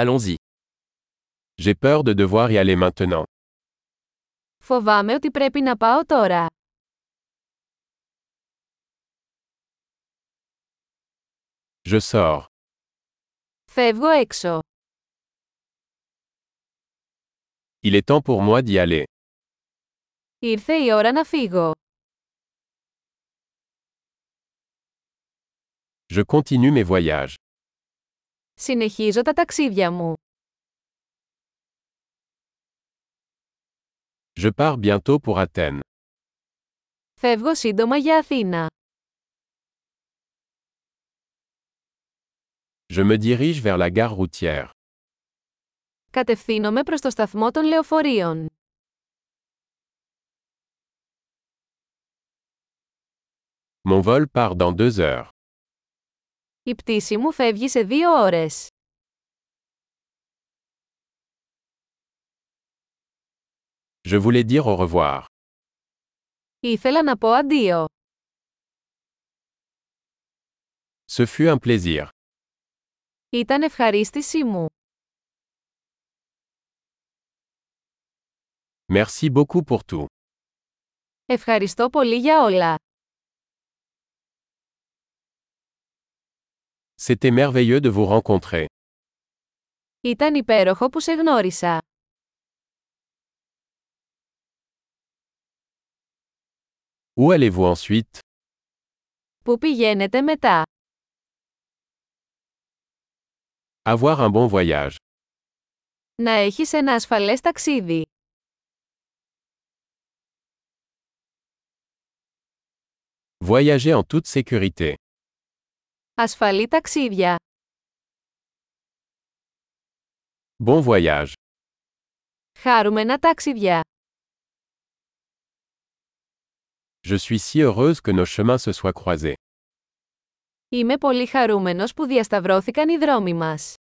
Allons-y. J'ai peur de devoir y aller maintenant. Φοβάμαι ότι πρέπει να πάω τώρα. Je sors. Φεύγω έξω. Il est temps pour moi d'y aller. Ήρθε η ώρα να φύγω. Je continue mes voyages. Συνεχίζω τα ταξίδια μου. Je pars bientôt pour Athènes. Φεύγω σύντομα για Αθήνα. Je me dirige vers la gare routière. Κατευθύνομαι προς το σταθμό των λεωφορείων. Mon vol part dans deux heures. Η πτήση μου φεύγει σε δύο ώρες. Je voulais dire au revoir. Ήθελα να πω αντίο. Ce fut un plaisir. Ήταν ευχαρίστησή μου. Merci beaucoup pour tout. Ευχαριστώ πολύ για όλα. C'était merveilleux de vous rencontrer. Ήταν υπέροχο που σε γνώρισα. Où allez-vous ensuite Πού πηγαίνετε μετά. Avoir un bon voyage. Να έχεις ένα ασφαλές ταξίδι. Voyager en toute sécurité. Ασφαλή ταξίδια. Bon voyage. Χάρουμενα ταξίδια. Je suis si heureuse que nos chemins se soient croisés. Είμαι πολύ χαρούμενος που διασταυρώθηκαν οι δρόμοι μας.